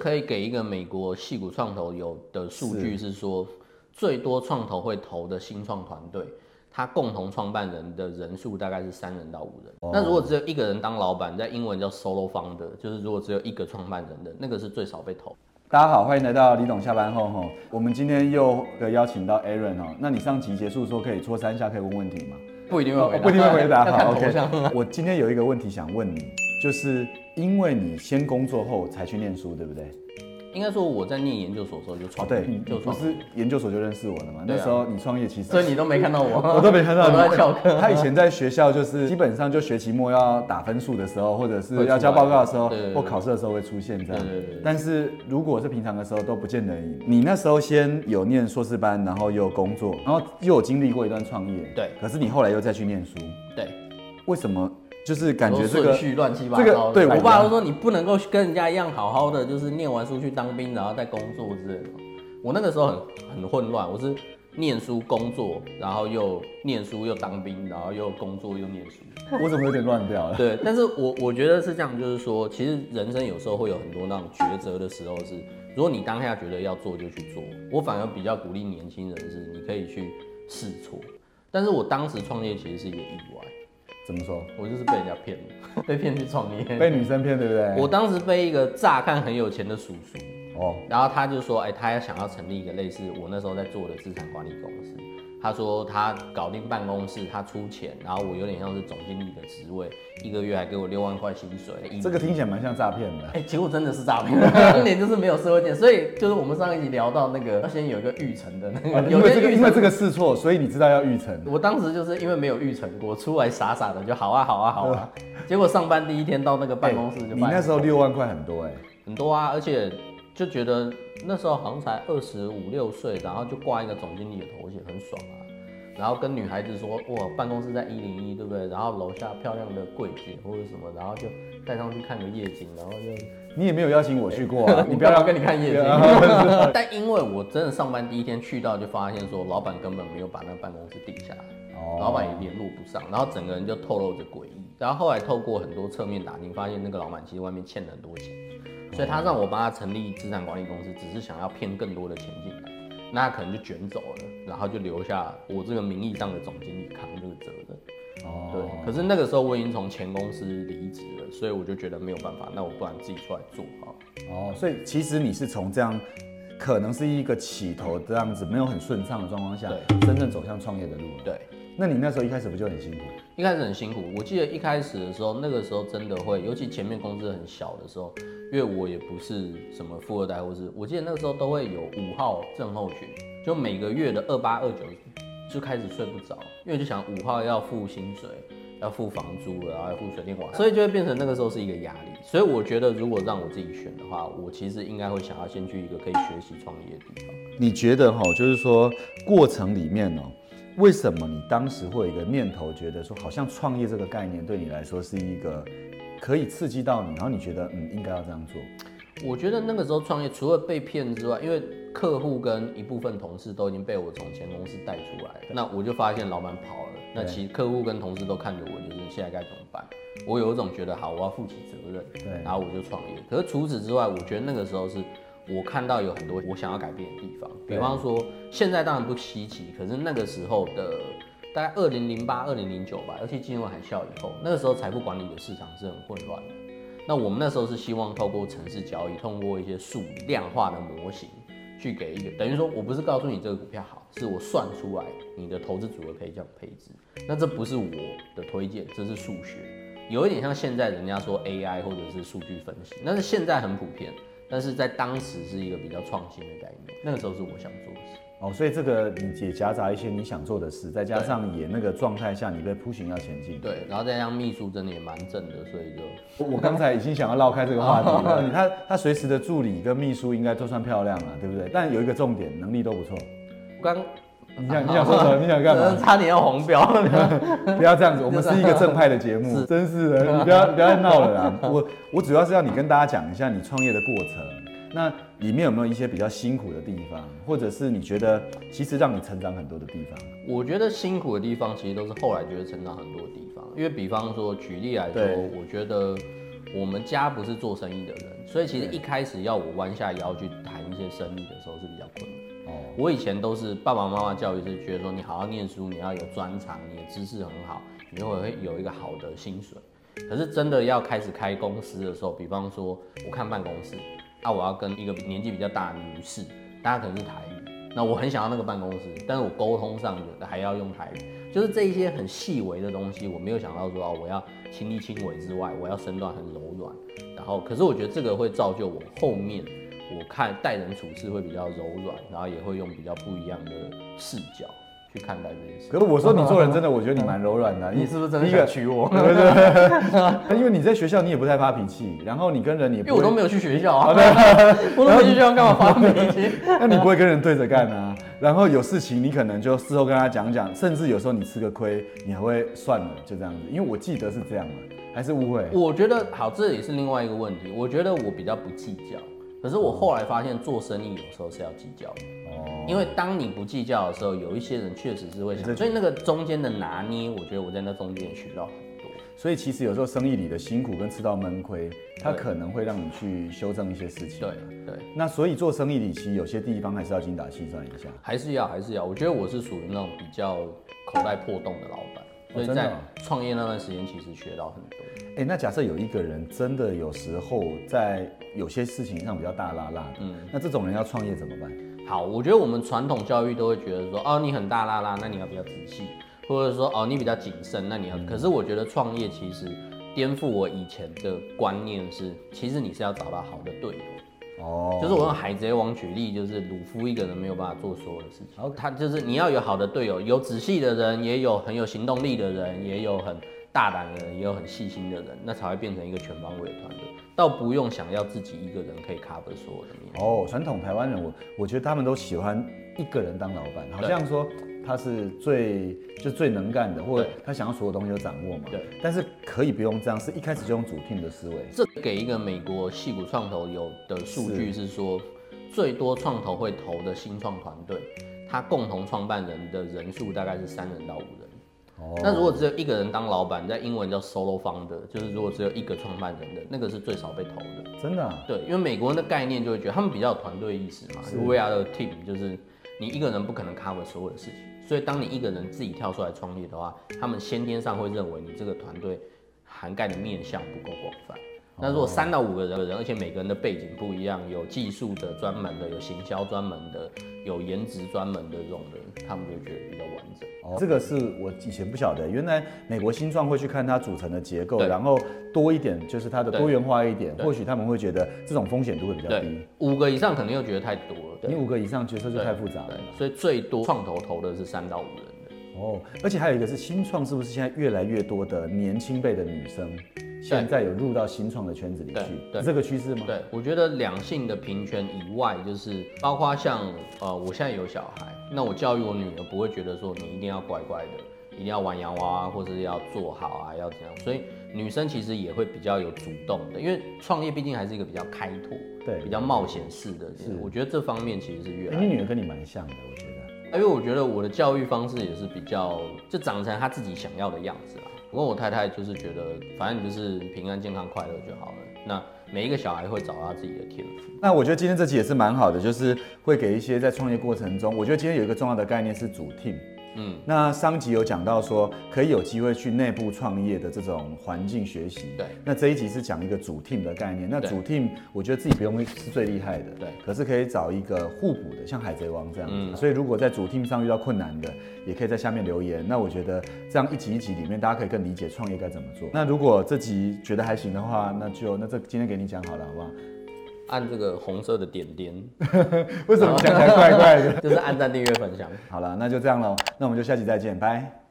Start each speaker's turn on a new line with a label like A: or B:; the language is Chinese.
A: 可以给一个美国戏股创投有的数据是说，最多创投会投的新创团队，它共同创办人的人数大概是三人到五人。
B: 哦
A: 那如果只有一个人当老板，在英文叫 solo founder，就是如果只有一个创办人的那个是最少被投。
B: 大家好，欢迎来到李董下班后吼。我们今天又邀请到 Aaron 哦，那你上集结束说可以戳三下，可以问问题吗？
A: 不一定会回答，
B: 哦不一定会回 答。
A: 要看
B: 好
A: 头
B: ，OK
A: 像。。
B: 我今天有一个问题想问你，就是因为你先工作后才去念书，对不对？
A: 应该说我在念研究所的时候就
B: 哦
A: 创，
B: 对，
A: 业，
B: 你
A: 就
B: 不
A: 创业，
B: 是研究所就认识我了嘛？
A: 对啊
B: 那时候你创业其实
A: 所以你都没看到我，
B: 我都没看到
A: 我
B: 你
A: 都在翘课。
B: 他以前在学校就是 基本上就学期末要打分数的时候，或者是要交报告的时候
A: 对对，对
B: 或考试的时候会出现这样
A: 对对对对。
B: 但是如果是平常的时候都不见得赢。你那时候先有念硕士班，然后又有工作，然后又有经历过一段创业，
A: 对
B: 可是你后来又再去念书，
A: 对。
B: 为什么？就是感觉这
A: 顺
B: 个
A: 序乱七八
B: 这
A: 糟
B: 个
A: 的。
B: 对
A: 我爸都说你不能够跟人家一样好好的，就是念完书去当兵，然后再工作之类的。我那个时候很很混乱，我是念书工作，然后又念书又当兵，然后又工作又念 书。
B: 我怎么有点乱掉了？
A: 对，但是我我觉得是这样，就是说，其实人生有时候会有很多那种抉择的时候是，如果你当下觉得要做就去做，我反而比较鼓励年轻人是，你可以去试错。但是我当时创业其实是一个意外，
B: 怎么说？
A: 我就是被人家骗 了，被骗去创业。
B: 被女生骗，对不对？
A: 嗯我当时被一个乍看很有钱的叔叔，
B: 哦，
A: 然后他就说，哎、他想要成立一个类似我那时候在做的资产管理公司。他说他搞定办公室，他出钱，然后我有点像是总经理的职位，一个月还给我六万块薪水。一
B: 这个听起来蛮像诈骗的。
A: 哎、结果真的是诈骗， 重点就是没有社会见，所以就是我们上一集聊到那个要先有一个预成的那个，
B: 啊因
A: 嗯有
B: 为
A: 些
B: 这个
A: 预
B: 因为
A: 成
B: 这个试错，所以你知道要预成。
A: 我当时就是因为没有预成过，出来傻傻的就好啊好啊好啊，结果上班第一天到那个办公室就发
B: 嗯哎你
A: 现
B: 那时候六万块很多哎、
A: 很多啊，而且就觉得那时候好像才二十五六岁，然后就挂一个总经理的头衔，很爽啊。然后跟女孩子说，哇，办公室在一零一，对不对？然后楼下漂亮的柜姐或者什么，然后就带上去看个夜景，然后就，
B: 你也没有邀请我去过啊
A: 你不要让跟你看夜 景
B: 不哦要。
A: 但因为我真的上班第一天去到，就发现说老板根本没有把那个办公室定下来。
B: 哦
A: 老板也联络不上，然后整个人就透露着诡异。然后后来透过很多侧面打听，发现那个老板其实外面欠了很多钱，所以他让我帮他成立资产管理公司，只是想要骗更多的钱进来。那他可能就卷走了，然后就留下我这个名义上的总经理扛这个责任。对，
B: 哦，
A: 可是那个时候我已经从前公司离职了，所以我就觉得没有办法，那我不然自己出来做好了。
B: 哦，所以其实你是从这样，可能是一个起头这样子没有很顺畅的状况下，真正走向创业的路了。
A: 对，
B: 那你那时候一开始不就很辛苦？
A: 一开始很辛苦，我记得一开始的时候，那个时候真的会，尤其前面工资很小的时候，因为我也不是什么富二代，或是我记得那个时候都会有五号症候群，就每个月的二八二九就开始睡不着，因为就想五号要付薪水，要付房租，然后要付水电瓦，所以就会变成那个时候是一个压力。所以我觉得如果让我自己选的话，我其实应该会想要先去一个可以学习创业的地方。
B: 你觉得哈，就是说过程里面哦，为什么你当时会有一个念头，觉得说好像创业这个概念对你来说是一个可以刺激到你，然后你觉得嗯应该要这样做？
A: 我觉得那个时候创业，除了被骗之外，因为客户跟一部分同事都已经被我从前公司带出来，那我就发现老板跑了。那
B: 对
A: 其实客户跟同事都看着我，就是现在该怎么办？我有一种觉得好，我要负起责任，
B: 对
A: 然后我就创业。可是除此之外，我觉得那个时候是我看到有很多我想要改变的地方，比
B: 对
A: 方说现在当然不稀奇，可是那个时候的。大概二零零八、二零零九吧，尤其金融海啸以后，那个时候财富管理的市场是很混乱的。那我们那时候是希望透过城市交易，通过一些数量化的模型，去给一个等于说，我不是告诉你这个股票好，是我算出来你的投资组合可以这样配置。那这不是我的推荐，这是数学，有一点像现在人家说 AI 或者是数据分析，但是现在很普遍，但是在当时是一个比较创新的概念。那个时候是我想做的事。
B: 哦，所以这个你也夹杂一些你想做的事，再加上也那个状态下你被 pushing 要前进。
A: 对，然后再加上秘书真的也蛮正的，所以就
B: 我我刚才已经想要绕开这个话题 了。他他随时的助理跟秘书应该都算漂亮了，对不对？但有一个重点，能力都不错。
A: 我刚啊
B: 你想你想说什么？你想干 嘛？
A: 差点要红标了。
B: 不要这样子，我们是一个正派的节目，真是的，你不要你不要再闹了啦。我我主要是要你跟大家讲一下你创业的过程，那里面有没有一些比较辛苦的地方，或者是你觉得其实让你成长很多的地方？
A: 我觉得辛苦的地方，其实都是后来觉得成长很多的地方。因为比方说，举例来说
B: 对，
A: 我觉得我们家不是做生意的人，所以其实一开始要我弯下腰去谈一些生意的时候是比较困难。
B: 哦，
A: 我以前都是爸爸妈妈教育是觉得说你好好念书，你要有专长，你的知识很好，你就会有一个好的薪水。可是真的要开始开公司的时候，比方说我看办公室，啊，我要跟一个年纪比较大的女士，大家可能是台语，那我很想要那个办公室，但是我沟通上有还要用台语，就是这一些很细微的东西，我没有想到说啊，我要亲力亲为之外，我要身段很柔软，然后可是我觉得这个会造就我后面我看待人处事会比较柔软，然后也会用比较不一样的视角去看待这件事。
B: 可是我说你做人真的，我觉得你蛮柔软的啊。
A: 你是不是真的
B: 第一个
A: 想娶 我？
B: 因为你在学校你也不太发脾气，然后你跟人也
A: 因为
B: 不
A: 我都
B: 会，
A: 没有去学校啊，我都没去学校干嘛发脾气？
B: 那你不会跟人对着干啊。然后有事情你可能就事后跟他讲讲，甚至有时候你吃个亏，你还会算了就这样子。因为我记得是这样嘛，还是误会？
A: 我觉得好，这也是另外一个问题。我觉得我比较不计较，可是我后来发现做生意有时候是要计较的，
B: 哦，
A: 因为当你不计较的时候，有一些人确实是会想，所以那个中间的拿捏，我觉得我在那中间也学到很多。
B: 所以其实有时候生意里的辛苦跟吃到闷亏，它
A: 对
B: 可能会让你去修正一些事情。
A: 对对，
B: 那所以做生意里，其实有些地方还是要精打细算一下。
A: 还是要还是要，我觉得我是属于那种比较口袋破洞的老板，所以
B: 真的
A: 在
B: 哦
A: 创业那段时间其实学到很多。
B: 哎、那假设有一个人真的有时候在有些事情上比较大辣辣的，
A: 嗯
B: 那这种人要创业怎么办？
A: 好，我觉得我们传统教育都会觉得说，哦，你很大啦啦，那你要比较仔细，或者说，哦，你比较谨慎，那你
B: 嗯
A: 要。可是我觉得创业其实颠覆我以前的观念是，其实你是要找到好的队友。
B: 哦，
A: 就是我用海贼王举例，就是鲁夫一个人没有办法做所有的事情，然后他就是你要有好的队友，有仔细的人，也有很有行动力的人，也有很大胆的人，也有很细心的人，那才会变成一个全方位的团队，倒不用想要自己一个人可以 cover 所有的面。
B: 哦，传统台湾人，我我觉得他们都喜欢一个人当老板，好像说他是最就最能干的，或者
A: 对
B: 他想要所有东西都掌握嘛。
A: 对，
B: 但是可以不用这样，是一开始就用主 team 的思维。
A: 这给一个美国戏骨创投有的数据是说，最多创投会投的新创团队，它共同创办人的人数大概是三人到五人。
B: 哦，
A: 那如果只有一个人当老板，在英文叫 solo founder，就是如果只有一个创办人的那个是最少被投的。
B: 真的、啊，
A: 对，因为美国人的概念就会觉得他们比较有团队意识嘛，We are a team，就是你一个人不可能 cover 所有的事情，所以当你一个人自己跳出来创业的话，他们先天上会认为你这个团队涵盖的面向不够广泛。那如果三到五个人的人，而且每个人的背景不一样，有技术的专门的，有行销专门的，有颜值专门的这种人，他们就觉得比较完整。
B: 哦，这个是我以前不晓得，原来美国新创会去看它组成的结构，
A: 对
B: 然后多一点就是它的
A: 对
B: 多元化一点，
A: 对
B: 或许他们会觉得这种风险度会比较低
A: 对。，五个以上可能又觉得太多了。
B: 你五个以上决策就太复杂了
A: 对，。所以最多创投投的是三到五人的。
B: 哦，而且还有一个是新创，是不是现在越来越多的年轻辈的女生，现在有入到新创的圈子里
A: 对
B: 去，
A: 对
B: 是这个趋势吗？
A: 对，我觉得两性的平权以外，就是包括像呃，我现在有小孩，那我教育我女儿不会觉得说你一定要乖乖的，一定要玩洋娃娃，或是要做好啊，要怎样。所以女生其实也会比较有主动的，因为创业毕竟还是一个比较开拓、
B: 对
A: 比较冒险式的。我觉得这方面其实是越
B: 哎
A: 来
B: 你
A: 越。
B: 女儿跟你蛮像的，我觉得。
A: 因为我觉得我的教育方式也是比较，就长成她自己想要的样子啦。我跟我太太就是觉得，反正你就是平安、健康、快乐就好了。那每一个小孩会找到他自己的天赋。
B: 那我觉得今天这集也是蛮好的，就是会给一些在创业过程中，我觉得今天有一个重要的概念是主 team。
A: 嗯，
B: 那上集有讲到说，可以有机会去内部创业的这种环境学习。
A: 对
B: 那这一集是讲一个主 team 的概念。那
A: 对
B: 主 team 我觉得自己不用是最厉害的，
A: 对嗯
B: 可是可以找一个互补的，像海贼王这样子。所以如果在主 team 上遇到困难的，也可以在下面留言。那我觉得这样一集一集里面，大家可以更理解创业该怎么做。那如果这集觉得还行的话，那就那这今天给你讲好了，好不好？
A: 按这个红色的点 点，
B: 为什么讲起来怪怪的？
A: 就是按赞、订阅、分享。
B: 好了，那就这样喽。那我们就下集再见，拜。